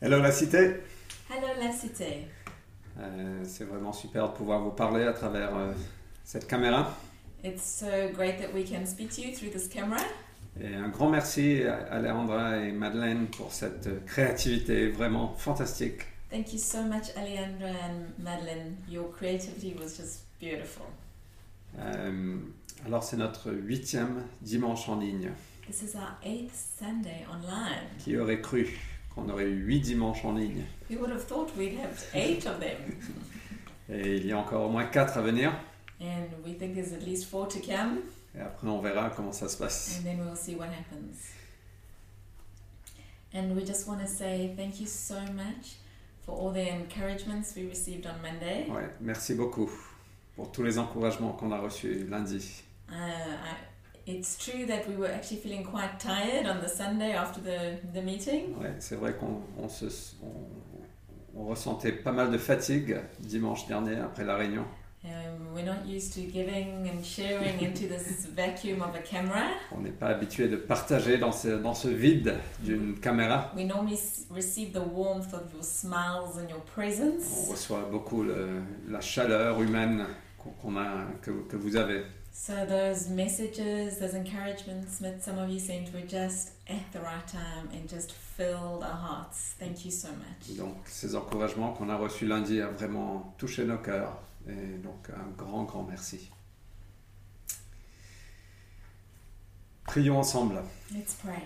Hello la cité Hello la cité. Euh, C'est vraiment super de pouvoir vous parler à travers euh, cette caméra. It's so great that we can speak to you through this camera. Et un grand merci à Alejandra et Madeleine pour cette euh, créativité vraiment fantastique. Thank you so much, Alejandra and Madeline. Your creativity was just beautiful. Euh, alors c'est notre huitième dimanche en ligne. This is our eighth Sunday online. Qui aurait cru qu'on aurait eu huit dimanches en ligne Who would have thought we'd have eight of them? Et il y a encore au moins quatre à venir. And we think there's at least four to come, Et après on verra comment ça se passe. and then we'll see what happens. And we just want to say thank you so much for all the encouragements we received on Monday. Ouais, merci beaucoup pour tous les encouragements qu'on a reçus lundi. Uh, I, it's true that we were actually feeling quite tired on the Sunday after the, the meeting. Ouais, c'est vrai qu'on on se, on- on ressentait pas mal de fatigue dimanche dernier après la réunion. Um, we're not used to giving and sharing into this vacuum of a camera. On n'est pas habitué de partager dans ce, dans ce vide d'une caméra. We normally s- receive the warmth of your smiles and your On presence. reçoit beaucoup le- la chaleur humaine qu'on qu'on a, que, que vous avez. So, those messages, those encouragements that some of you sent were just at the right time and just filled our hearts. Thank you so much. Donc ces encouragements qu'on a reçus lundi a vraiment touché nos cœurs. Et donc un grand, grand merci. Prions ensemble. Let's pray.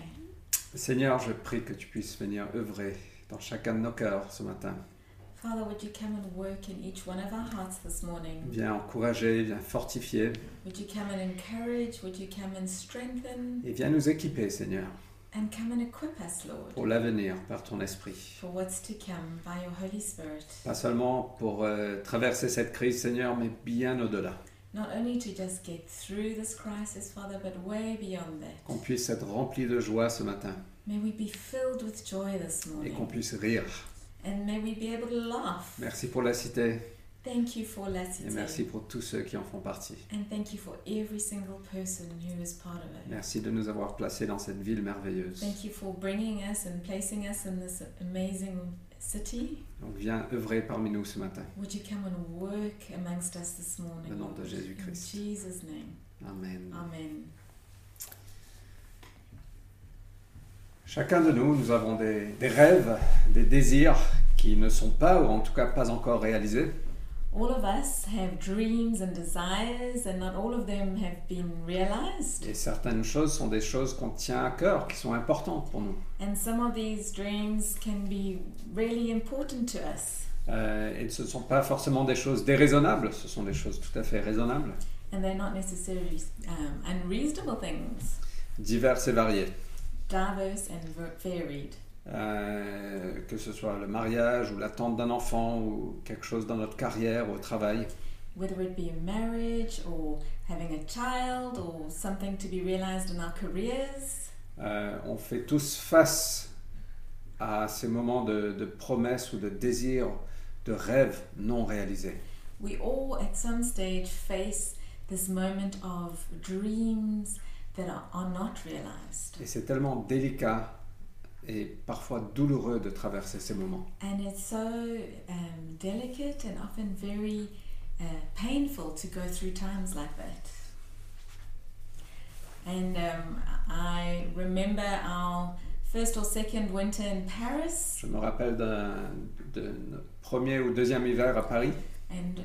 Seigneur, je prie que tu puisses venir œuvrer dans chacun de nos cœurs ce matin. Father, would you come and work in each one of our hearts this morning? Viens encourager, viens fortifier Would you come and encourage? Would you come and strengthen? et viens nous équiper, Seigneur, And come and equip us, Lord, pour l'avenir par ton esprit. for what's to come by your Holy Spirit. Pas seulement pour euh, traverser cette crise, Seigneur, mais bien au-delà. Not only to just get through this crisis, Father, but way beyond Qu'on that. puisse être rempli de joie ce matin May we be filled with joy this et qu'on morning. puisse rire. And may we be able to laugh. Merci pour la cité Thank you for La et merci Cité. pour tous ceux qui en font partie. And thank you for every single person who is part of it. Merci de nous avoir placés dans cette ville merveilleuse. Thank you for bringing us and placing us in this amazing city. Donc viens œuvrer parmi nous ce matin. Would you come and work amongst us this morning? Au nom de In Jésus-Christ. Jesus' name. Amen. Amen. Chacun de nous, nous avons des, des rêves, des désirs qui ne sont pas, ou en tout cas pas encore réalisés. All of us have dreams and desires, and not all of them have been realized. Et certaines choses sont des choses qu'on tient à cœur, qui sont importantes pour nous. And some of these dreams can be really important to us. Euh, et ce ne sont pas forcément des choses déraisonnables, ce sont des choses tout à fait raisonnables, And they're not necessarily um, unreasonable things, diverses et variées. diverse and ver- varied. Euh, que ce soit le mariage ou l'attente d'un enfant ou quelque chose dans notre carrière ou au travail. Whether it be a marriage or having a child or something to be realized in our careers, Euh, on fait tous face à ces moments de, de promesses ou de désirs, de rêves non réalisés. we all at some stage face this moment of dreams that are, are not realized. Et c'est tellement délicat et parfois douloureux de traverser ces moments. And it's so um, delicate and often very uh, painful to go through times like that. And um, I remember our first or second winter in Paris, Je me rappelle d'un de notre premier ou deuxième hiver à Paris. and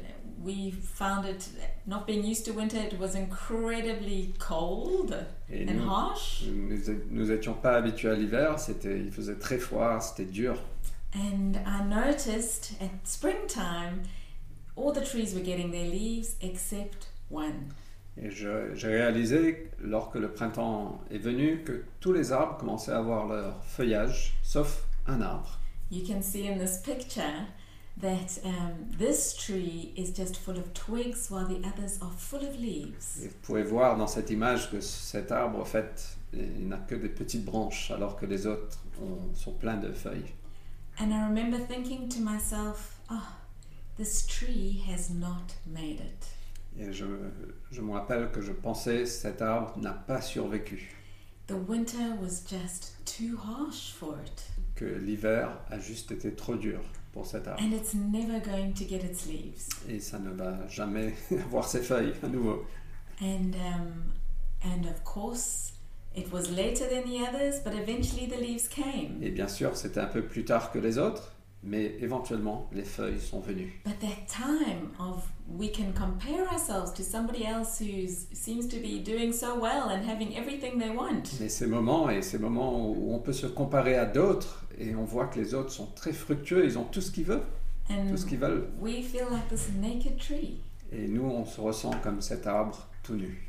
we found it not being used to winter, it was incredibly cold Et and nous, harsh. nous é- nous étions pas habitués à l'hiver, c'était, il faisait très froid, c'était dur. And I noticed at springtime, all the trees were getting their leaves except one. Et je- j'ai réalisé, lors que le printemps est venu, que tous les arbres commençaient à avoir leur feuillage, sauf un arbre. You can see in this picture that um, this tree is just full of twigs while the others are full of leaves. Et vous pouvez voir dans cette image que cet arbre, en fait, il n'a que des petites branches, alors que les autres ont- sont pleins de feuilles. And I remember thinking to myself, oh, this tree has not made it. Et je, je me rappelle que je pensais cet arbre n'a pas survécu, The winter was just too harsh for it. que que l'hiver a juste été trop dur pour cet arbre. and it's never going to get its leaves. Et ça ne va jamais avoir ses feuilles à nouveau. And um, and of course, it was later than the others, but eventually the leaves came. Et bien sûr, c'était un peu plus tard que les autres, mais éventuellement, les feuilles sont venues. But that time of we can compare ourselves to somebody else who seems to be doing so well and having everything they want. Mais ces moments, et ces moments où on peut se comparer à d'autres, et on voit que les autres sont très fructueux, ils ont tout ce qu'ils veulent, tout ce And qu'ils veulent. we feel like this naked tree. Et nous, on se ressent comme cet arbre tout nu.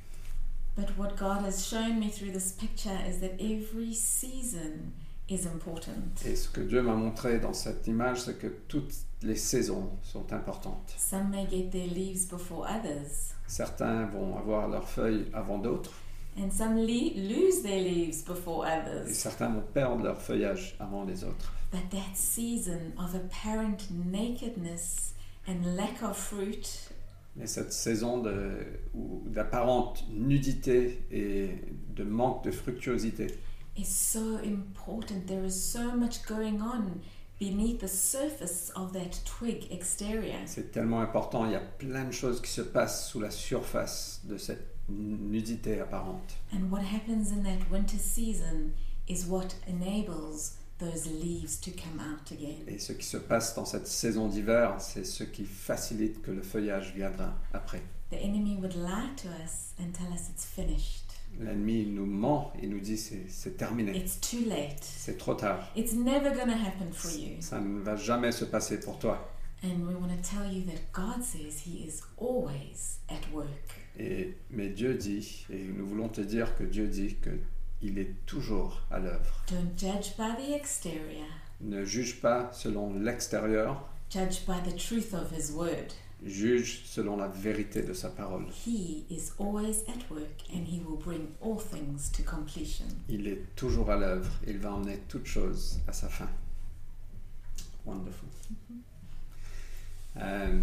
But what God has shown me through this picture is that every season is important. Et ce que Dieu m'a montré dans cette image, c'est que toutes les saisons sont importantes. Some may get their leaves before others, Certains vont avoir leurs feuilles avant d'autres, and some le- lose their leaves before et others. certains vont perdre leur feuillage avant les autres. But that season of apparent nakedness and lack of fruit Mais cette saison de- où- d'apparente nudité et de manque de fructuosité is so important. There is so much going on beneath the surface of that twig exterior. C'est tellement important, il y a plein de choses qui se passent sous la surface de cette nudité apparente. And what happens in that winter season is what enables those leaves to come out again. Et ce qui se passe dans cette saison d'hiver, c'est ce qui facilite que le feuillage viendra après. The enemy would lie to us and tell us it's finished. L'ennemi il nous ment, il nous dit c'est c'est terminé, It's too late. c'est trop tard, It's never going to happen for you. ça ne va jamais se passer pour toi. And we want to tell you that God says He is always at work. Et, mais Dieu dit, et nous voulons te dire que Dieu dit que il est toujours à l'œuvre. Don't judge by the exterior, Ne juge pas selon l'extérieur, judge by the truth of His word. juge selon la vérité de sa parole. He is always at work and He will bring all things to completion. Il est toujours à l'œuvre. Il va emmener toute chose à sa fin. Wonderful. Euh,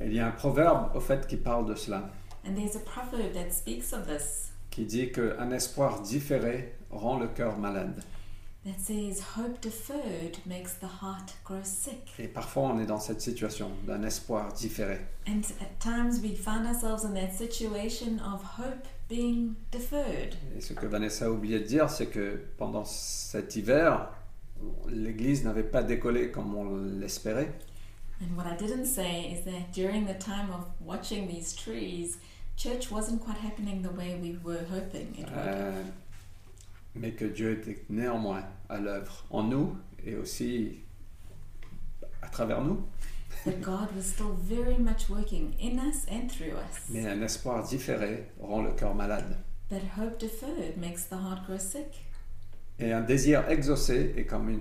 il y a un proverbe, au fait, qui parle de cela, And there's a proverb that speaks of this qui dit qu'un espoir différé rend le cœur malade. that says, Hope deferred makes the heart grow sick. Et parfois, on est dans cette situation d'un espoir différé. And at times we find ourselves in that situation of hope being deferred. Et ce que Vanessa a oublié de dire, c'est que pendant cet hiver, l'Église n'avait pas décollé comme on l'espérait. And what I didn't say is that during the time of watching these trees, church wasn't quite happening the way we were hoping it would. Euh, mais que Dieu était néanmoins à l'œuvre en nous et aussi à travers nous, But God was still very much working in us and through us. mais un espoir différé rend le cœur malade. But hope deferred makes the heart grow sick. Et un désir exaucé est comme une-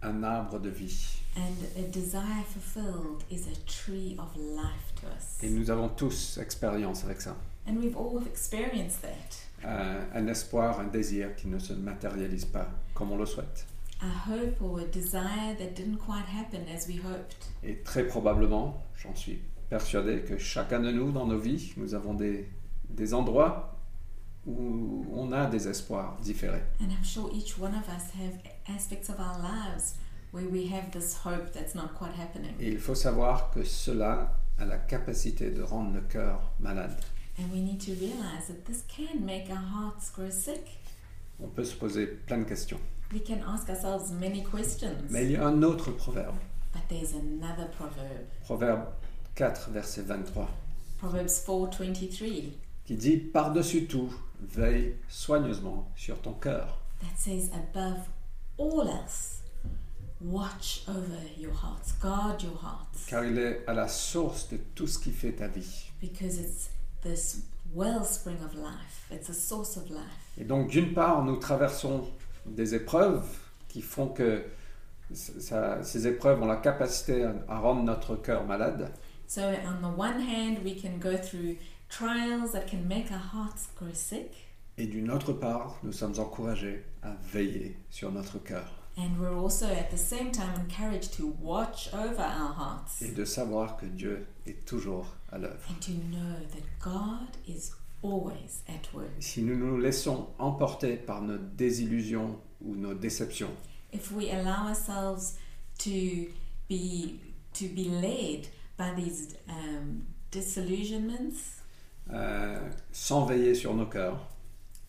un arbre de vie. And a desire fulfilled is a tree of life to us. Et nous avons tous expérience avec ça. And we've all experienced that. Euh, un espoir, un désir qui ne se matérialise pas comme on le souhaite. A hope or a desire that didn't quite happen as we hoped. Et très probablement, j'en suis persuadé, que chacun de nous, dans nos vies, nous avons des, des endroits où on a des espoirs différés. And I'm sure each one of us have aspects of our lives where we have this hope that's not quite happening. Et il faut savoir que cela a la capacité de rendre le cœur malade. And we need to realize that this can make our hearts grow sick. On peut se poser plein de questions. We can ask ourselves many questions. Mais il y a un autre proverbe, But there's another proverb. Proverbe 4, verset 23, Proverbs 4:23 qui dit Par-dessus tout, veille soigneusement sur ton cœur, that says above all else watch over your hearts, guard your hearts. car il est à la source de tout ce qui fait ta vie. because it's this wellspring of life. It's a source of life. Et donc, d'une part, nous traversons des épreuves qui font que c- ça- ces épreuves ont la capacité à- à rendre notre cœur malade. So on the one hand, we can go through trials that can make our hearts grow sick, Et d'une autre part, nous sommes encouragés à veiller sur notre cœur and we're also at the same time encouraged to watch over our hearts et de savoir que Dieu est toujours à l'œuvre. and to know that God is always at work. Si nous nous laissons emporter par nos désillusions ou nos déceptions, if we allow ourselves to be to be led by these um, disillusionments euh, sans veiller sur nos cœurs,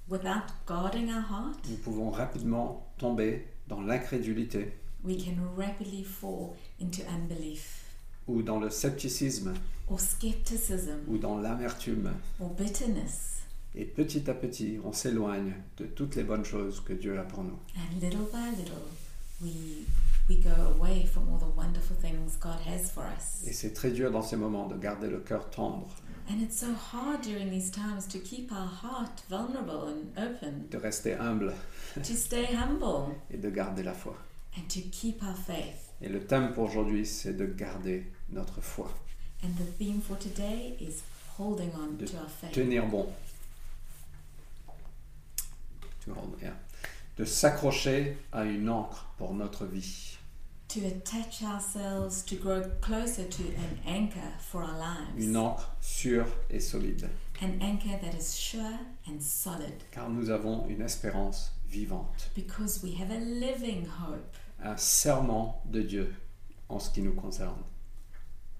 without guarding our heart, nous pouvons rapidement tomber dans l'incrédulité we can rapidly fall into unbelief ou dans le scepticisme or skepticism ou dans l'amertume. or bitterness. Et petit à petit, on s'éloigne de toutes les bonnes choses que Dieu a pour nous. And little by little, we we go away from all the wonderful things God has for us. Et c'est très dur dans ces moments de garder le cœur tendre, And it's so hard during these times to keep our heart vulnerable and open, de rester humble to stay humble, et de garder la foi. and to keep our faith. Et le thème pour aujourd'hui, c'est de garder notre foi, And the theme for today is holding on to our faith, tenir bon, To hold, yeah. de s'accrocher à une ancre pour notre vie. to attach ourselves, to grow closer to an anchor for our lives, une encre sûre et solide, an anchor that is sure and solid, car nous avons une espérance vivante, because we have a living hope, un serment de Dieu en ce qui nous concerne.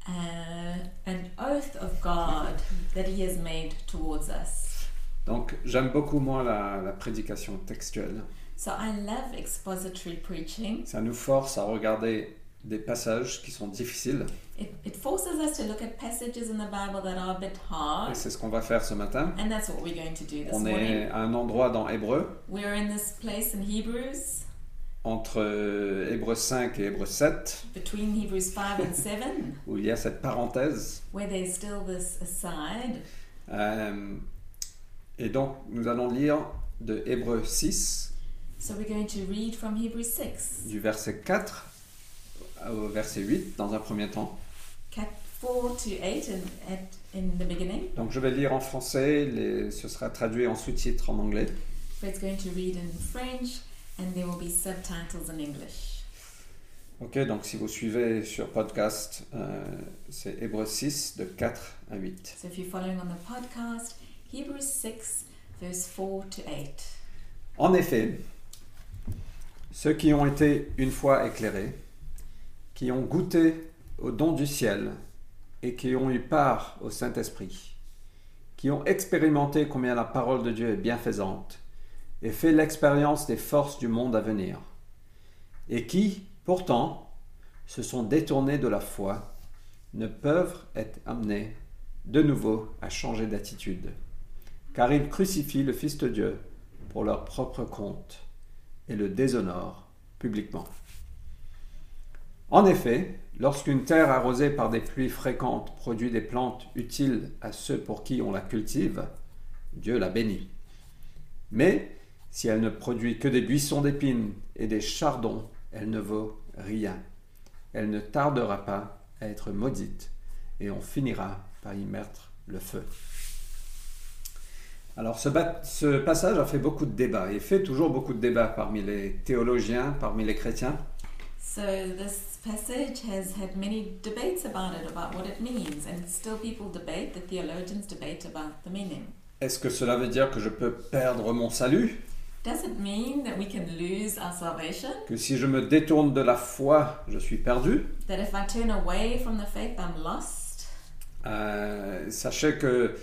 uh, an oath of God that He has made towards us. Donc j'aime beaucoup moi la, la prédication textuelle. So I love expository preaching. Ça nous force à regarder des passages qui sont difficiles, It, it forces us to look at passages in the Bible that are a bit et hard, c'est ce qu'on va faire ce matin. and that's what we're going to do this On morning. est à un endroit dans Hébreu, We're in this place in Hebrews. entre euh, Hébreu 5 et Hébreu 7, between Hebrews 5 and 7, où il y a cette parenthèse. where there's still this aside. Euh, et donc nous allons lire de Hébreu 6 So we're going to read from Hebrews 6, du verset 4 au verset 8 dans un premier temps. cap 4 to 8 in, at, in the beginning. Donc je vais lire en français, les- ce sera traduit en sous-titres en anglais. Fred's going to read in French, and there will be subtitles in English. Ok, donc si vous suivez sur podcast, euh, c'est Hébreu 6 de 4 à 8. So if you're following on the podcast, Hebrews 6, verse 4 to 8. En effet, ceux qui ont été une fois éclairés, qui ont goûté au don du ciel et qui ont eu part au Saint-Esprit, qui ont expérimenté combien la parole de Dieu est bienfaisante et fait l'expérience des forces du monde à venir, et qui, pourtant, se sont détournés de la foi, ne peuvent être amenés de nouveau à changer d'attitude, car ils crucifient le Fils de Dieu pour leur propre compte et le déshonorent publiquement. En effet, lorsqu'une terre arrosée par des pluies fréquentes produit des plantes utiles à ceux pour qui on la cultive, Dieu la bénit. Mais si elle ne produit que des buissons d'épines et des chardons, elle ne vaut rien. Elle ne tardera pas à être maudite et on finira par y mettre le feu. Alors ce, ba- ce passage a fait beaucoup de débats et fait toujours beaucoup de débats parmi les théologiens, parmi les chrétiens. So this passage has had many debates about it, about what it means, and still people debate, the theologians debate about the meaning. Est-ce que cela veut dire que je peux perdre mon salut Does it mean that we can lose our salvation? Que si je me détourne de la foi, je suis perdu That if I turn away from the faith, I'm lost? Euh, Sachez que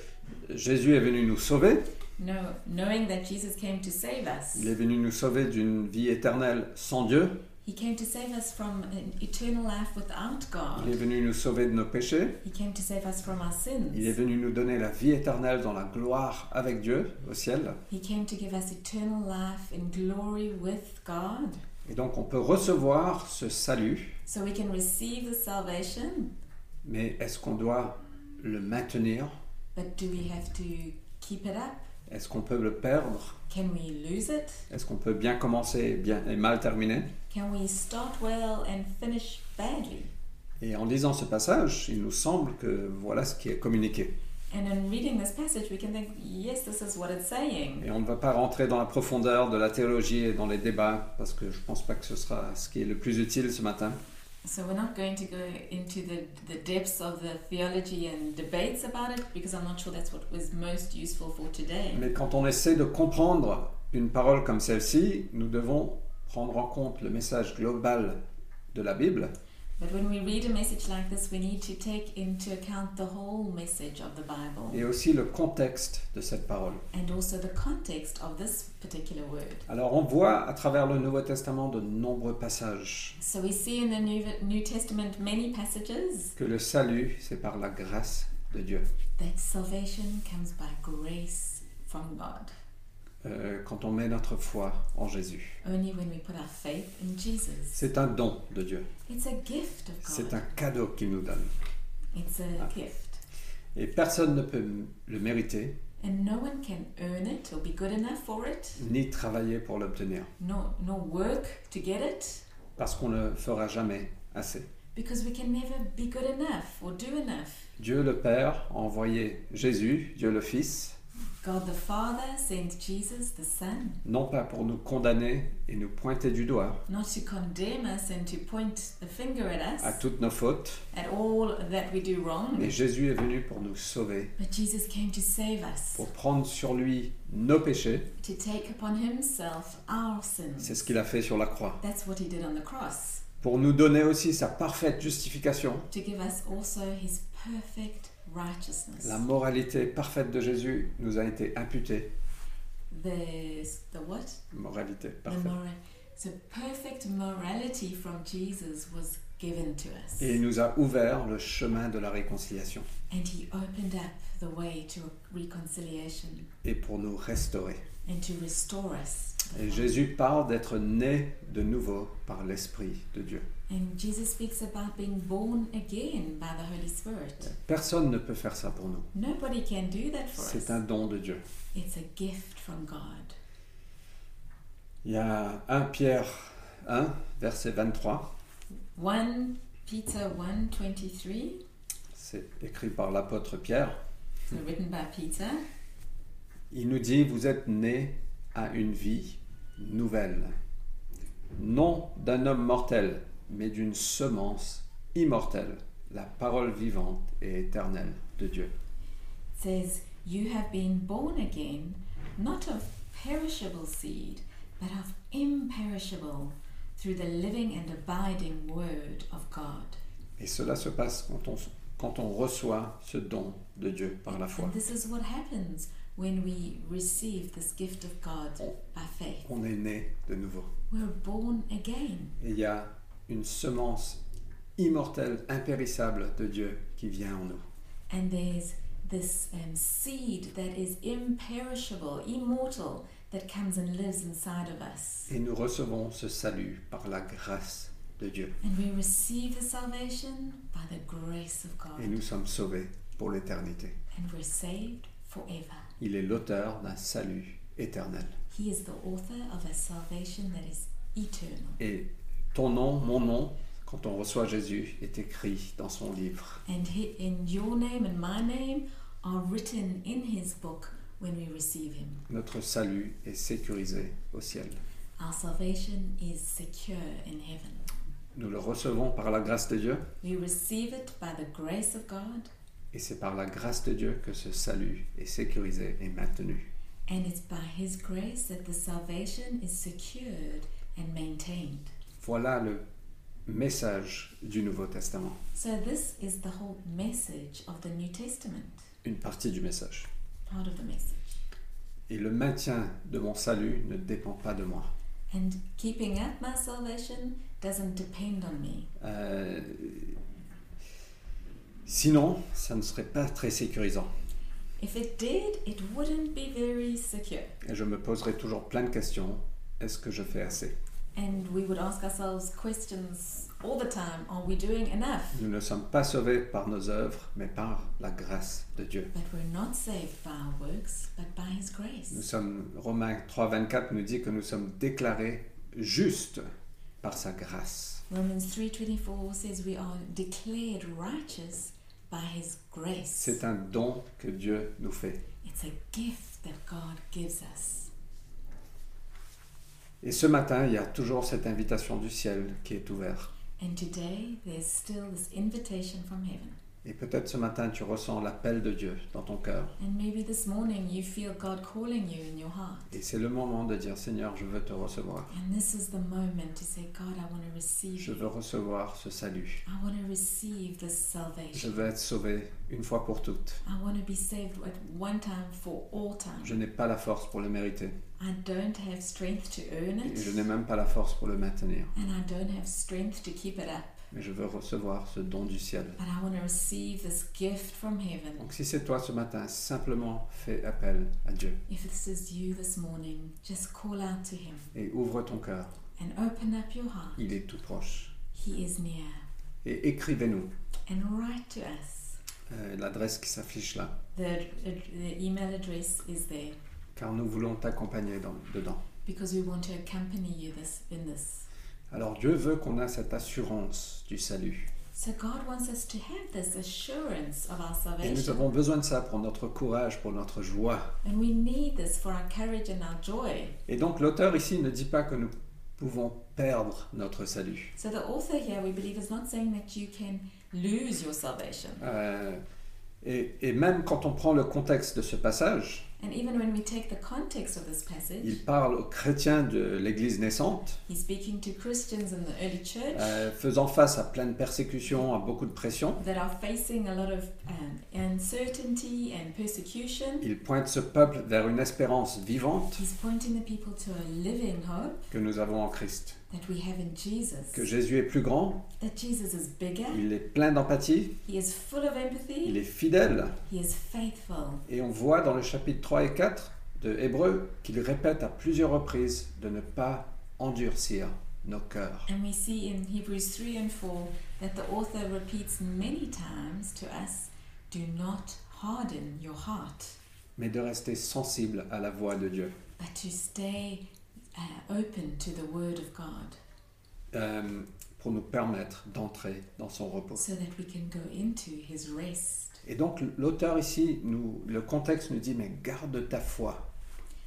Jésus est venu nous sauver. No, knowing that Jesus came to save us, Il est venu nous sauver d'une vie éternelle sans Dieu. He came to save us from an eternal life without Il est God. venu nous sauver de nos péchés. He came to save us from our Il est sins. venu nous donner la vie éternelle dans la gloire avec Dieu au ciel. He came to give us eternal life in glory with God. Et donc on peut recevoir ce salut, So we can receive the salvation, mais est-ce qu'on doit le maintenir but do we have to keep it up? Est-ce qu'on peut le perdre Can we lose it? Est-ce qu'on peut bien commencer et bien, et mal terminer Can we start well and finish badly? Et en lisant ce passage, il nous semble que voilà ce qui est communiqué. And in reading this passage, we can think, yes, this is what it's saying. Et on ne va pas rentrer dans la profondeur de la théologie et dans les débats, parce que je ne pense pas que ce sera ce qui est le plus utile ce matin. So we're not going to go into the, the depths of the theology and debates about it because I'm not sure that's what was most useful for today. Mais quand on essaie de comprendre une parole comme celle-ci, nous devons prendre en compte le message global de la Bible, But when we read a message like this, we need to take into account the whole message of the Bible et aussi le contexte de cette parole. and also the context of this particular word. Alors on voit à travers le Nouveau Testament de nombreux passages So we see in the New, New Testament many passages que le salut, c'est par la grâce de Dieu. that salvation comes by grace from God, Euh, quand on met notre foi en Jésus. only when we put our faith in Jesus. C'est un don de Dieu. It's a gift of C'est God. un cadeau qu'il nous donne. It's a Ah. gift. Et personne ne peut m- le mériter And no one can earn it or be good enough for it, ni travailler pour l'obtenir. nor, nor work to get it, Parce qu'on ne le fera jamais assez. because we can never be good enough or do enough. Dieu le Père a envoyé Jésus, Dieu le Fils, God the Father sent Jesus the Son, non pas pour nous condamner et nous pointer du doigt not to condemn us and to point the finger at à us, toutes nos fautes, at all that we do wrong, mais Jésus est venu pour nous sauver, but Jesus came to save us, pour prendre sur lui nos péchés. to take upon himself our sins. C'est ce qu'il a fait sur la croix. That's what he did on the cross, Pour nous donner aussi sa parfaite justification. to give us also his perfect righteousness. La moralité parfaite de Jésus nous a été imputée. The, the what? Moralité The parfaite. mora- so perfect morality from Jesus was given to us, Et il nous a ouvert le chemin de la réconciliation and He opened up the way to reconciliation et pour nous restaurer. and to restore us. Et Jésus parle d'être né de nouveau par l'Esprit de Dieu. And Jesus speaks about being born again by the Holy Spirit. Personne ne peut faire ça pour nous. Nobody can do that for us. C'est un don de Dieu. It's a gift from God. Il y a 1 Pierre 1, verset 23. One Peter one twenty three, C'est écrit par l'apôtre Pierre. so written by Peter. Il nous dit, vous êtes nés à une vie nouvelle, non d'un homme mortel, mais d'une semence immortelle, la parole vivante et éternelle de Dieu. says, You have been born again, not of perishable seed, but of imperishable, through the living and abiding Word of God. Et cela se passe quand on, quand on reçoit ce don de Dieu par la foi. And this is what happens when we receive this gift of God by faith. On est né de nouveau. We're born again, Et il y a une semence immortelle, impérissable de Dieu qui vient en nous. and there's this um, seed that is imperishable, immortal, that comes and lives inside of us. Et nous recevons ce salut par la grâce de Dieu. And we receive the salvation by the grace of God. Et nous sommes sauvés pour l'éternité. and we're saved forever. Il est l'auteur d'un salut éternel. He is the author of a salvation that is eternal. Et ton nom, mon nom, quand on reçoit Jésus, est écrit dans son livre. And he, in your name and my name are written in his book when we receive him. Notre salut est sécurisé au ciel. Our salvation is secure in heaven. Nous le recevons par la grâce de Dieu, We receive it by the grace of God, et c'est par la grâce de Dieu que ce salut est sécurisé et maintenu. and it's by his grace that the salvation is secured and maintained. Voilà le message du Nouveau Testament, So, this is the whole message of the New Testament, une partie du message. part of the message. Et le maintien de mon salut ne dépend pas de moi. And keeping up my salvation doesn't depend on me. Euh, sinon, ça ne serait pas très sécurisant. If it did, it wouldn't be very secure. Et je me poserai toujours plein de questions. Est-ce que je fais assez And we would ask ourselves questions all the time are we doing enough? Nous ne sommes pas sauvés par nos œuvres, mais par la grâce de Dieu. But we're not saved by our works, but by His Nous grace. sommes, Romains 3, 24 nous dit que nous sommes déclarés justes par sa grâce. Romans 3:24 says we are declared righteous by His grace. C'est un don que Dieu nous fait. It's a gift that God gives us. Et ce matin, il y a toujours cette invitation du ciel qui est ouverte. And today there's still this invitation from heaven. Et peut-être ce matin, tu ressens l'appel de Dieu dans ton cœur. And maybe this morning you feel God calling you in your heart. Et c'est le moment de dire, Seigneur, je veux te recevoir. And this is the moment to say, God, I want to receive Je you. veux recevoir ce salut. I want to receive this salvation. Je veux être sauvé une fois pour toutes. I want to be saved at one time for all time. Je n'ai pas la force pour le mériter. I don't have strength to earn Et it, je n'ai même pas la force pour le maintenir. and I don't have strength to keep it up. Mais je veux recevoir ce don du ciel. But I want to receive this gift from heaven. Donc si c'est toi ce matin, simplement fais appel à Dieu. If this is you this morning, just call out to Him Et ouvre ton cœur. and open up your heart. Il est tout proche. He is near. Et écrivez-nous And write to us. euh, l'adresse qui s'affiche là. The, the email address is there Car nous voulons t'accompagner dans- dedans. because we want to accompany you this in this. Alors Dieu veut qu'on ait cette assurance du salut. So God wants us to have this assurance of our Et nous salvation, avons besoin de ça pour notre courage, pour notre joie. and we need this for our courage and our joy. Et donc l'auteur ici ne dit pas que nous pouvons perdre notre salut. So the author here, we believe, is not saying that you can lose your salvation. Euh, et, et même quand on prend le contexte de ce passage, And even when we take the context of this passage, il parle aux chrétiens de l'Église naissante, he's speaking to Christians in the early church euh, faisant face à plein de persécutions, à beaucoup de pression. that are facing a lot of um, uncertainty and persecution. Il pointe ce peuple vers une espérance vivante He's pointing the people to a living hope que nous avons en Christ. that we have in Jesus. Que Jésus est plus grand, That Jesus is bigger, il est plein d'empathie, he is full of il empathy, est fidèle, he is faithful. Et on voit dans le chapitre 3 et 4 de Hébreu qu'il répète à plusieurs reprises de ne pas endurcir nos cœurs. And we see in Hebrews 3 and 4 that the author repeats many times to us do not harden your heart. mais de rester sensible à la voix de Dieu. but to stay uh, open to the Word of God euh, pour nous permettre d'entrer dans son repos. so that we can go into His rest. Et donc l'auteur ici, nous, le contexte nous dit, mais garde ta foi,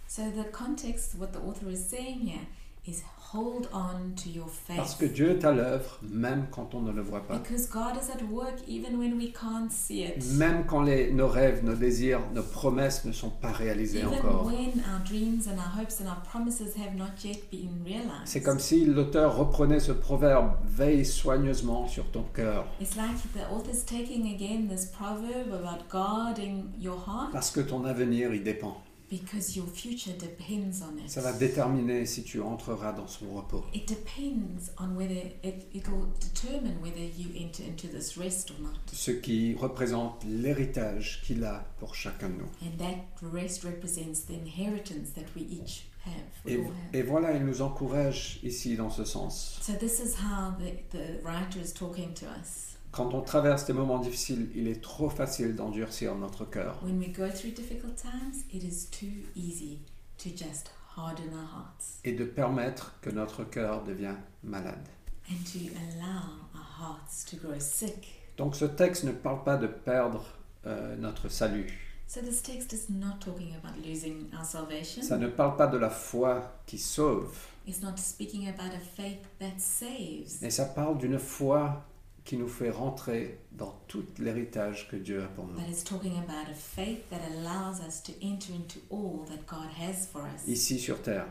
So, the context, what the author is saying here, is hold on to your parce que faith. Dieu est à l'œuvre même quand on ne le voit pas, Because God is at work even when we can't see it. même quand les- nos rêves, nos désirs, nos promesses ne sont pas réalisés Even encore. when our dreams and our hopes and our promises have not yet been realized. C'est comme si l'auteur reprenait ce proverbe, veille soigneusement sur ton cœur. It's like the author's taking again this proverb about guarding your heart Parce que ton avenir, il dépend. because your future depends on it. Ça va déterminer si tu entreras dans son repos. It depends on whether it, it'll determine whether you enter into this rest or not. Ce qui représente l'héritage qu'il a pour chacun de nous. And that rest represents the inheritance that we each have. We Et, all have. et voilà, il nous encourage ici dans ce sens. So, this is how the, the writer is talking to us. Quand on traverse des moments difficiles, il est trop facile d'endurcir notre cœur. When we go through difficult times, it is too easy to just harden our hearts Et de permettre que notre cœur devienne malade. and to allow our hearts to grow sick. Donc ce texte ne parle pas de perdre euh, notre salut. So, this text is not talking about losing our salvation, Ça ne parle pas de la foi qui sauve. it's not speaking about a faith that saves. Mais ça parle d'une foi qui nous fait rentrer dans tout l'héritage que Dieu a pour nous. But it's talking about a faith that allows us to enter into all that God has for us ici sur Terre.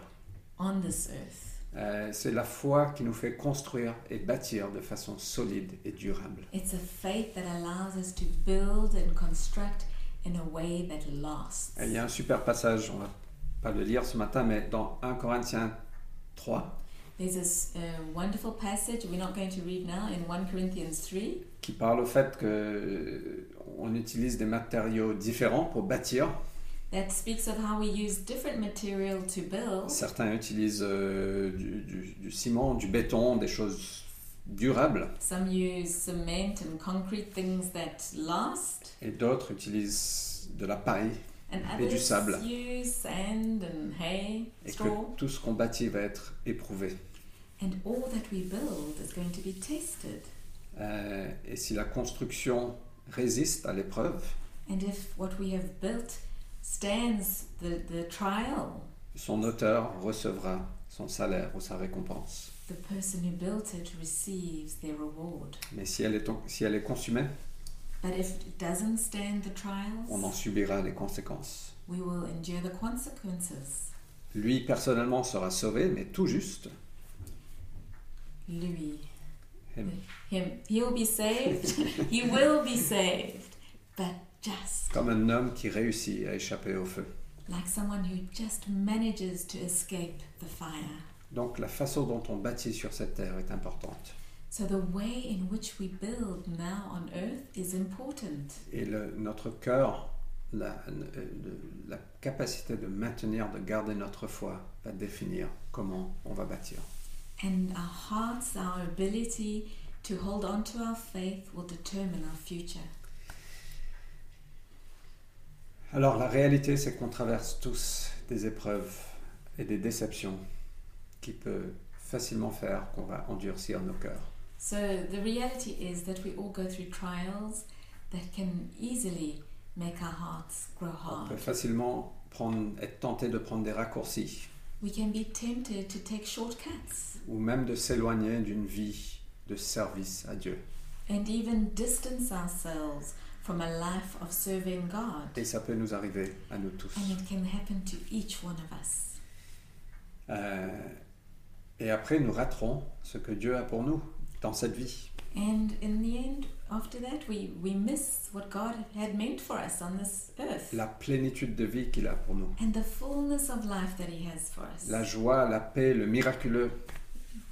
on this earth. Euh, c'est la foi qui nous fait construire et bâtir de façon solide et durable. It's a faith that allows us to build and construct in a way that lasts. Et Eh, il y a un super passage, on va pas le lire ce matin, mais dans 1 Corinthiens 3, There's this uh, wonderful passage we're not going to read now in 1 Corinthians 3 qui parle au fait que euh, on utilise des matériaux différents pour bâtir. that speaks of how we use different material to build. Certains utilisent euh, du, du- du ciment, du béton, des choses durables, Some use cement and concrete things that last, et d'autres utilisent de la paille and Et du others sable. use sand and hay, et que straw. tout ce qu'on bâtit va être éprouvé. And all that we build is going to be tested. Euh, et si la construction résiste à l'épreuve, And if what we have built stands the, the trial, son auteur recevra son salaire ou sa récompense. the person who built it receives their reward. Mais si elle est, si elle est consumée, But if it doesn't stand the on en trials, subira les conséquences. we will endure the consequences. Lui, personnellement, sera sauvé, mais tout juste. Louis, Him. him, he'll be saved. he will be saved, but just Comme un homme qui réussit à échapper au feu. like someone who just manages to escape the fire. Donc la façon dont on bâtit sur cette terre est importante. So the way in which we build now on earth is important. Et le- notre cœur, la, euh, le- la capacité de maintenir, de garder notre foi, va définir comment on va bâtir. And our hearts, our ability to hold on to our faith will determine our future. Alors la réalité, c'est qu'on traverse tous des épreuves et des déceptions qui peut facilement faire qu'on va endurcir nos cœurs. So the reality is that we all go through trials that can easily make our hearts grow On peut hard. facilement prendre- être tenté de prendre des raccourcis We can be tempted to take shortcuts ou même de s'éloigner d'une vie de service à Dieu. and even distance ourselves from a life of serving God. Et ça peut nous arriver à nous tous. And it can happen to each one of us. Euh, et après, nous raterons ce que Dieu a pour nous dans cette vie. And in the end, after that, we, we miss what God had meant for us on this earth La plénitude de vie qu'il a pour nous. and the fullness of life that He has for us. La joie, la paix, le miraculeux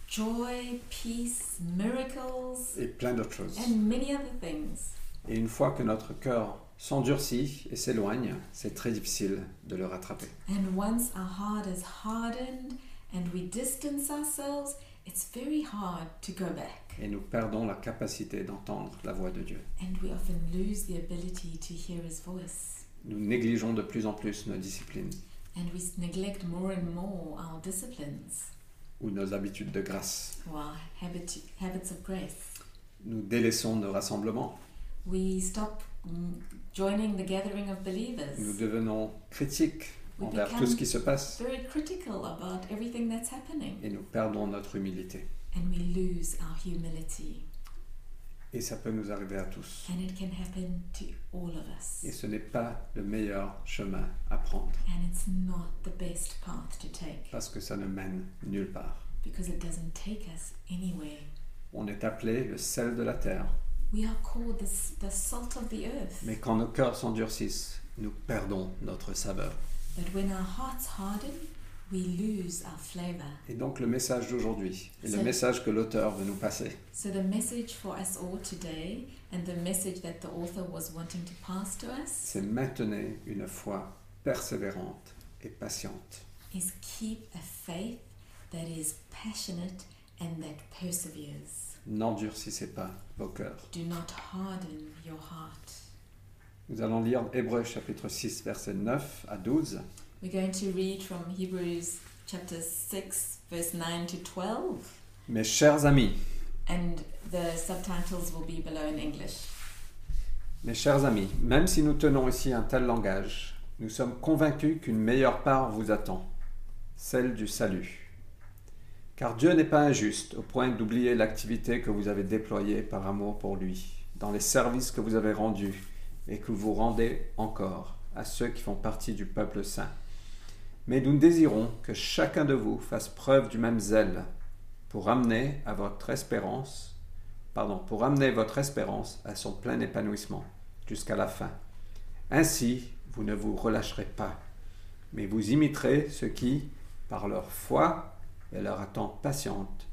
Joy, peace, miracles, et plein d'autres choses. and many other things. Et une fois que notre cœur s'endurcit et s'éloigne, c'est très difficile de le rattraper. And once our heart is hardened and we distance ourselves, it's very hard to go back. Et nous perdons la capacité d'entendre la voix de Dieu. And we often lose the ability to hear His voice. Nous négligeons de plus en plus nos disciplines And we neglect more and more our disciplines ou nos habitudes de grâce. or our habit- habits of grace. Nous délaissons nos rassemblements. We stop mm, joining the gathering of Nous believers. devenons critiques We envers become tout ce qui se passe very critical about everything that's happening. et nous perdons notre humilité. And we lose our humility. Et ça peut nous arriver à tous. And it can happen to all of us. Et ce n'est pas le meilleur chemin à prendre And it's not the best path to take parce que ça ne mène nulle part. because it doesn't take us anywhere. On est appelé le sel de la terre, We are called the, s- the salt of the earth. mais quand nos cœurs s'endurcissent, nous perdons notre saveur. But when our hearts harden, we lose our flavor. Et donc le message d'aujourd'hui et le C'est- message que l'auteur veut nous passer, So, the message for us all today, and the message that the author was wanting to pass to us, c'est maintenez une foi persévérante et patiente. is keep a faith that is passionate and that perseveres. N'endurcissez pas vos cœurs. Do not harden your heart. Nous allons lire Hébreux chapitre 6 verset 9 à 12. We're going to read from Hebrews chapter 6, verse 9 to 12. Mes chers amis, and the subtitles will be below in English. Mes chers amis, même si nous tenons ici un tel langage, nous sommes convaincus qu'une meilleure part vous attend, celle du salut. Car Dieu n'est pas injuste au point d'oublier l'activité que vous avez déployée par amour pour lui, dans les services que vous avez rendus et que vous rendez encore à ceux qui font partie du peuple saint. Mais nous désirons que chacun de vous fasse preuve du même zèle pour amener à votre espérance pardon, pour amener votre espérance à son plein épanouissement jusqu'à la fin. Ainsi, vous ne vous relâcherez pas, mais vous imiterez ceux qui, par leur foi et leur attente patiente,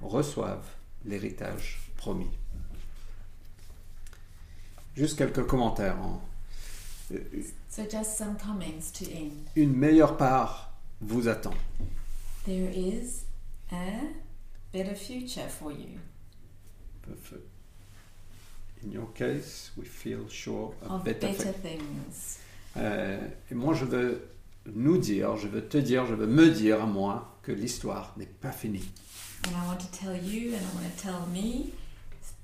reçoivent l'héritage promis. Juste quelques commentaires. hein. Euh, So, just some comments to end. Une meilleure part vous attend. There is a better future for you Perfect. In your case, we feel sure of of better, better things. things. Euh, et moi, je veux nous dire, je veux te dire, je veux me dire à moi que l'histoire n'est pas finie. And I want to tell you, and I want to tell me,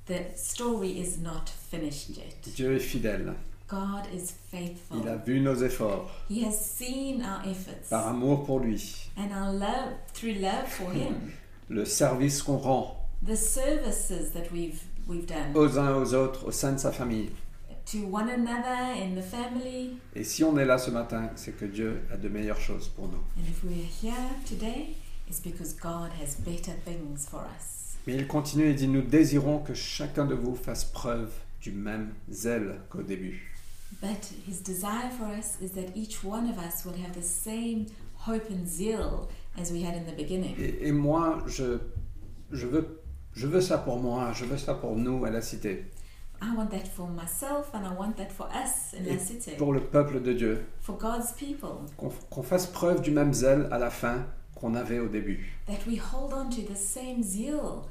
the story is not finished yet. Dieu est fidèle. God is Il a faithful. vu nos efforts He has seen our efforts par amour pour lui, and our love through love for Him, le service qu'on rend the services that we've we've done Oh. aux uns aux autres au sein de sa famille, to one another, in the family. Et si on est là ce matin, c'est que Dieu a de meilleures choses pour nous. And if we're here today, it's because God has better things for us. Mais il continue et dit, nous désirons que chacun de vous fasse preuve du même zèle qu'au début. But his desire for us is that each one of us will have the same hope and zeal as we had in the beginning. Et, et moi, je, je, veux, je veux ça pour moi, je veux ça pour nous à la cité, I want that for myself and I want that for us in La Cité, pour le peuple de Dieu. for God's people, Qu'on qu'on fasse preuve du même zèle à la fin qu'on avait au début. that we hold on to the same zeal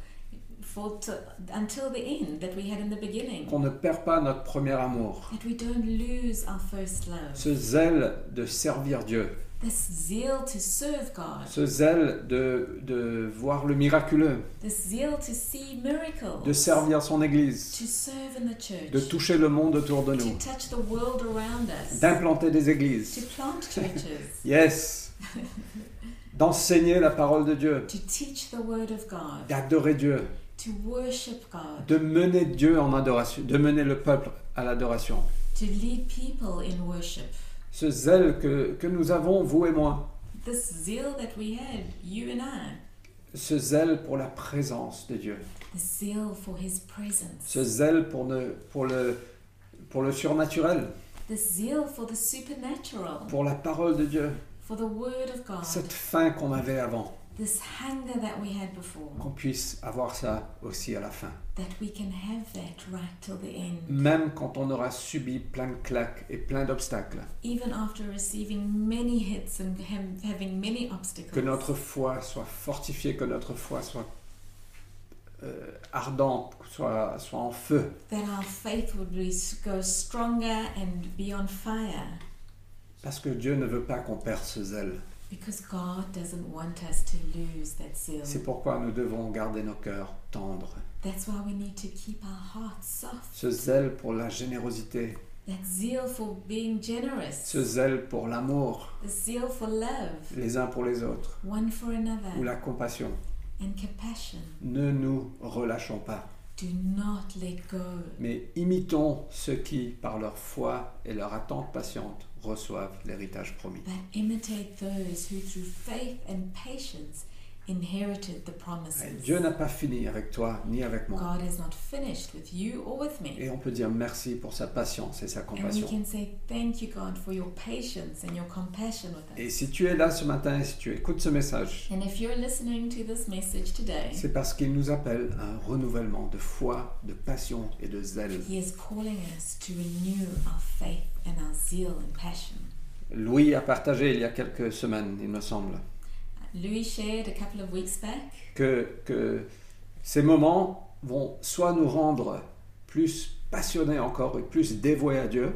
for to, until the end that we had in the beginning, Qu'on ne perd pas notre premier amour. that we don't lose our first love, Ce zèle de servir Dieu. this zeal to serve God, Ce zèle de, de voir le miraculeux. this zeal to see miracles, De servir son Église. to serve in the church, De toucher le monde autour de to nous. touch the world around us, D'implanter des to églises. plant churches, Yes. D'enseigner la parole de Dieu. to teach the word of God, D'adorer Dieu. to worship God, De mener Dieu en adoration. De mener le peuple à l'adoration. to lead people in worship. Ce zèle que, que nous avons, vous et moi. This zeal that we had, you and I, ce zèle pour la présence de Dieu, the zeal for His presence, ce zèle pour, ne- pour le, pour le surnaturel, the zeal for the supernatural, pour la parole de Dieu, for the word of God, cette faim qu'on avait avant, this hunger that we had before, qu'on puisse avoir ça aussi à la fin, that we can have that right till the end, même quand on aura subi plein de claques et plein d'obstacles, even after receiving many hits and hem- having many que obstacles. notre foi soit fortifiée, que notre foi soit euh, ardente, soit, soit en feu. That our faith would be, go stronger and be on fire Parce que Dieu ne veut pas qu'on perde ce zèle. because God doesn't want us to lose that zeal. C'est pourquoi nous devons garder nos cœurs tendres. That's why we need to keep our hearts soft. Ce zèle pour la générosité, That zeal for being generous, ce zèle pour l'amour the zeal for love, les uns pour les autres one for ou another, la compassion. and compassion. Ne nous relâchons pas, Do not let go, mais imitons ceux qui, par leur foi et leur attente patiente, reçoivent l'héritage promis. but imitate those who through faith and patience inherited the Et promises. Dieu n'a pas fini avec toi ni avec moi. God is not finished with you or with me. Et on peut dire merci pour sa patience et sa And we compassion. can say thank you, God, for your patience and your compassion with us. Et si tu es là ce matin et si tu écoutes ce message, And if you're listening to this message today, c'est parce qu'il nous appelle à un renouvellement de foi, de passion et de zèle. He is calling us to renew our faith and our zeal and passion. Louis a partagé il y a quelques semaines, il me semble, Louis shared a couple of weeks back que, que ces moments vont soit nous rendre plus passionnés encore et plus dévoués à Dieu,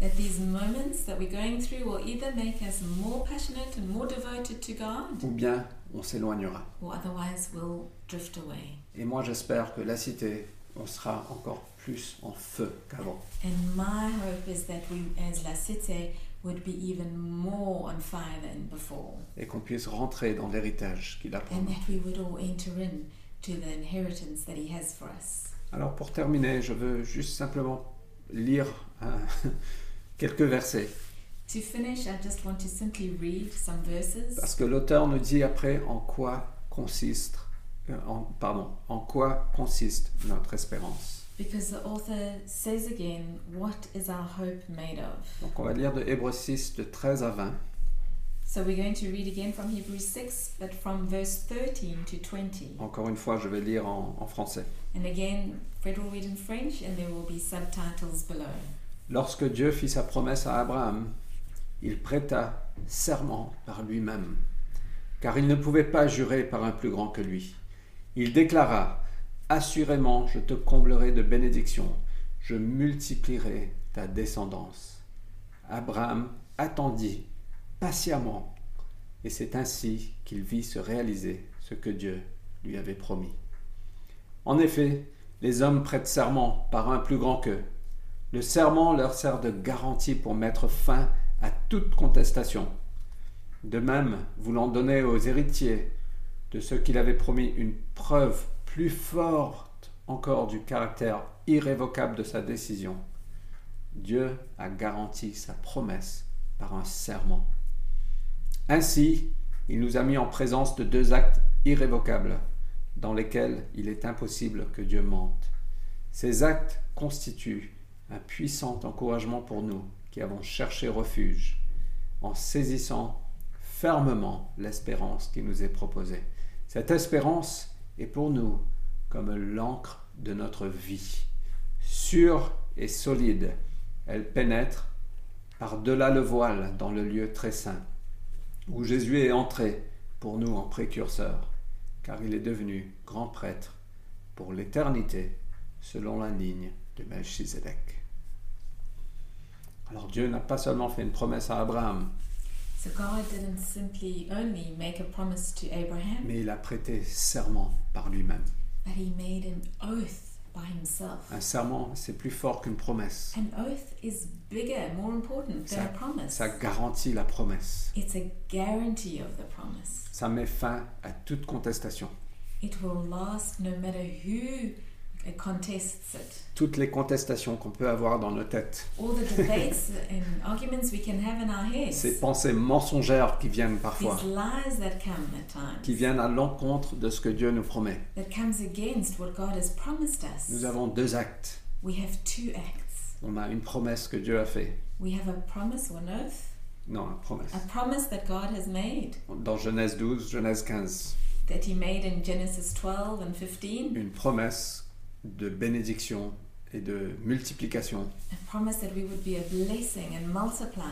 that these moments that we're going through will either make us more passionate and more devoted to God, ou bien on s'éloignera. or otherwise we'll drift away. Et moi j'espère que la cité, on sera encore plus en feu qu'avant. And my hope is that we, as La Cité, would be even more on fire than before, Et qu'on puisse rentrer dans l'héritage qu'il a pour and nous. that we would all enter in to the inheritance that He has for us. Alors pour terminer, je veux juste simplement lire hein, quelques versets. To finish, I just want to simply read some verses. Parce que l'auteur nous dit après en quoi consiste, euh, en- pardon, en quoi consiste notre espérance. Because the author says again, what is our hope made of? Donc on va lire de Hébreux 6 de 13 à 20. So we're going to read again from Hebrews 6, but from verse 13 to 20. Encore une fois, je vais lire en, en français. And again, Fred will read in French, and there will be subtitles below. Lorsque Dieu fit sa promesse à Abraham, il prêta serment par lui-même, car il ne pouvait pas jurer par un plus grand que lui. Il déclara, Assurément, je te comblerai de bénédictions, je multiplierai ta descendance. Abraham attendit patiemment, et c'est ainsi qu'il vit se réaliser ce que Dieu lui avait promis. En effet, les hommes prêtent serment par un plus grand qu'eux. Le serment leur sert de garantie pour mettre fin à toute contestation. De même, voulant donner aux héritiers de ce qu'il avait promis une preuve plus forte encore du caractère irrévocable de sa décision, Dieu a garanti sa promesse par un serment. Ainsi, il nous a mis en présence de deux actes irrévocables dans lesquels il est impossible que Dieu mente. Ces actes constituent un puissant encouragement pour nous qui avons cherché refuge en saisissant fermement l'espérance qui nous est proposée. Cette espérance est pour nous comme l'encre de notre vie, sûre et solide. Elle pénètre par-delà le voile dans le lieu très saint, où Jésus est entré pour nous en précurseur, car il est devenu grand prêtre pour l'éternité, selon la ligne de Melchizedek. Alors Dieu n'a pas seulement fait une promesse à Abraham, So God didn't simply only make a promise to Abraham, mais il a prêté serment par lui-même. but he made an oath by himself. Un serment, c'est plus fort qu'une promesse. An oath is bigger, more important than Ça- a promise. Ça garantit la promesse. It's a guarantee of the promise. Ça met fin à toute contestation. It will last no matter who uh, contests it. Toutes les contestations qu'on peut avoir dans nos têtes, All the debates and arguments we can have in our heads, ces pensées mensongères qui viennent parfois, these lies that come at times, qui viennent à l'encontre de ce que Dieu nous promet. that comes against what God has promised us. Nous avons deux actes. We have two acts. On a une promesse que Dieu a fait. We have a promise or an oath, Non, une promesse. a promise that God has made, Dans Genèse 12, Genèse 15, that He made in Genesis 12 and 15, une promesse de bénédiction et de multiplication. a promise that we would be a blessing and multiply.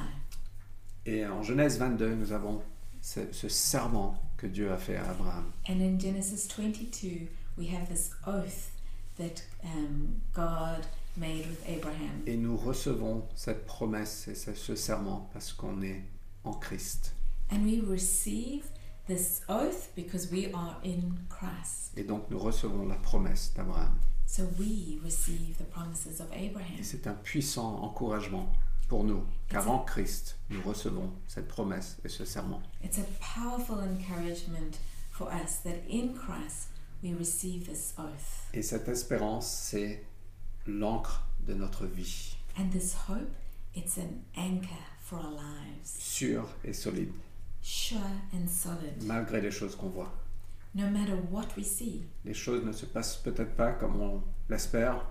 Et en Genèse 22, nous avons ce, ce serment que Dieu a fait à Abraham. And in Genesis 22, we have this oath that um, God made with Abraham. Et nous recevons cette promesse et ce, ce serment parce qu'on est en Christ. And we receive this oath because we are in Christ. Et donc nous recevons la promesse d'Abraham. So we receive the promises of Abraham. Et c'est un puissant encouragement pour nous, car en Christ, nous recevons cette promesse et ce serment. It's a powerful encouragement for us that in Christ we receive this oath. Et cette espérance, c'est l'encre de notre vie, And this hope, it's an anchor for our lives, sûre et solide, sure and solid, malgré les choses qu'on voit. no matter what we see. Les choses ne se passent peut-être pas comme on l'espère,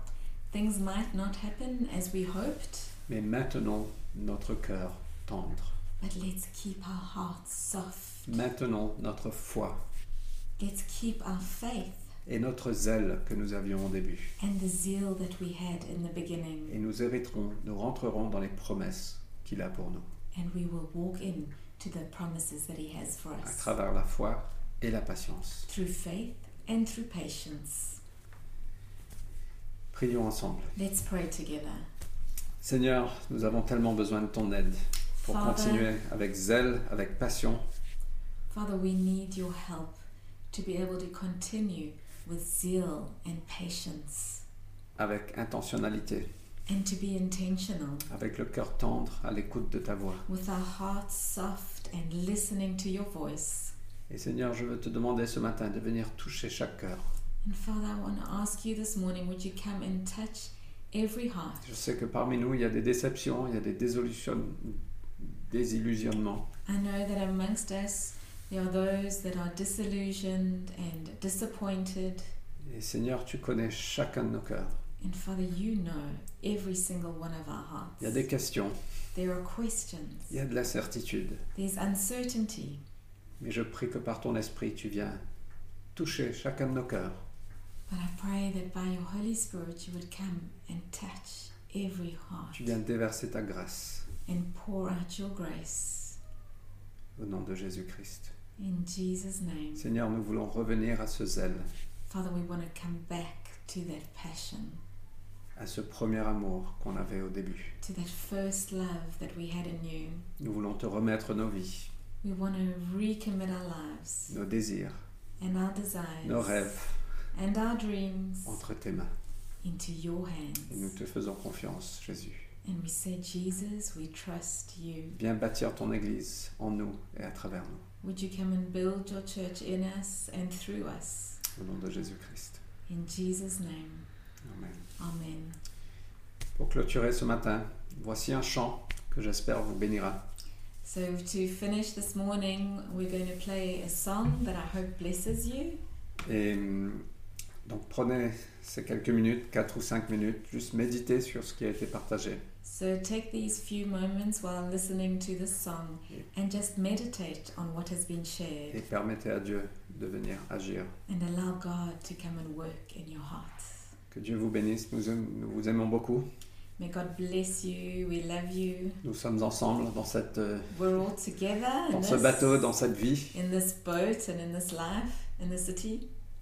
Things might not happen as we hoped, mais maintenant notre cœur tendre. but let's keep our hearts soft. Maintenant notre foi Let's keep our faith et notre zèle que nous avions au début. and the zeal that we had in the beginning, Et nous hériterons, nous rentrerons dans les promesses qu'il a pour nous, and we will walk in to the promises that He has for à us travers la foi et la patience. through faith and through patience. Prions ensemble. Let's pray together. Seigneur, nous avons tellement besoin de ton aide pour Father. continuer avec zèle, avec passion, Father, we need your help to be able to continue with zeal and patience avec intentionnalité, and to be intentional avec le cœur tendre à l'écoute de ta voix. with our hearts soft and listening to your voice. Et Seigneur, je veux te demander ce matin de venir toucher chaque cœur. And Father, I want to ask you this morning would you come and touch every heart? Je sais que parmi nous, il y a des déceptions, il y a des désolutions, désillusionnements. I know that amongst us there are those that are disillusioned and disappointed. Et Seigneur, tu connais chacun de nos cœurs. And Father, you know every single one of our Il y a hearts. des questions, There are questions, il y a de l'incertitude. there's uncertainty. Mais je prie que par ton esprit, tu viens toucher chacun de nos cœurs But I pray that by your Holy Spirit you would come and touch every heart Tu viens déverser ta grâce and pour out your grace. au nom de Jésus-Christ. In Jesus' name. Seigneur, nous voulons revenir à ce zèle, Father, we want to come back to that passion, à ce premier amour qu'on avait au début. to that first love that we had in you. Nous voulons te remettre nos vies, We want to recommit our lives nos désirs, and our desires nos rêves and our dreams entre tes mains. into your Et nous hands. te faisons confiance, Jésus. And we say, Jesus, we trust you. Viens bâtir ton Église en nous et à travers nous, Would you come and build your church in us and through us? au nom de Jésus-Christ. In Jesus' name. Amen. Amen. Pour clôturer ce matin, Voici un chant que j'espère vous bénira. So, to finish this morning, we're going to play a song that I hope blesses you. Et hum, donc prenez ces quelques minutes, 4 ou 5 minutes, juste méditez sur ce qui a été partagé. So, take these few moments while listening to this song and just meditate on what has been Et shared permettez à Dieu de venir agir. and allow God to come and work in your heart. Que Dieu vous bénisse, nous, aim- nous vous aimons beaucoup. May God bless you. We love you. Nous sommes ensemble dans, cette, euh, We're all together in dans this, ce bateau, dans cette vie. in this boat and in this life, in this city.